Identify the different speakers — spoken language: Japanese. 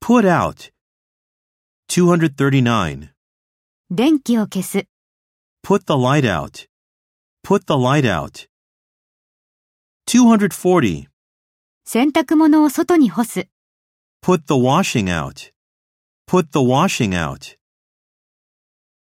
Speaker 1: Put out. 239.
Speaker 2: 電気を消す、
Speaker 1: Put the light out. Put the light out. 240.
Speaker 2: 洗濯物を外に干す。
Speaker 1: Put the washing out. Put the washing out.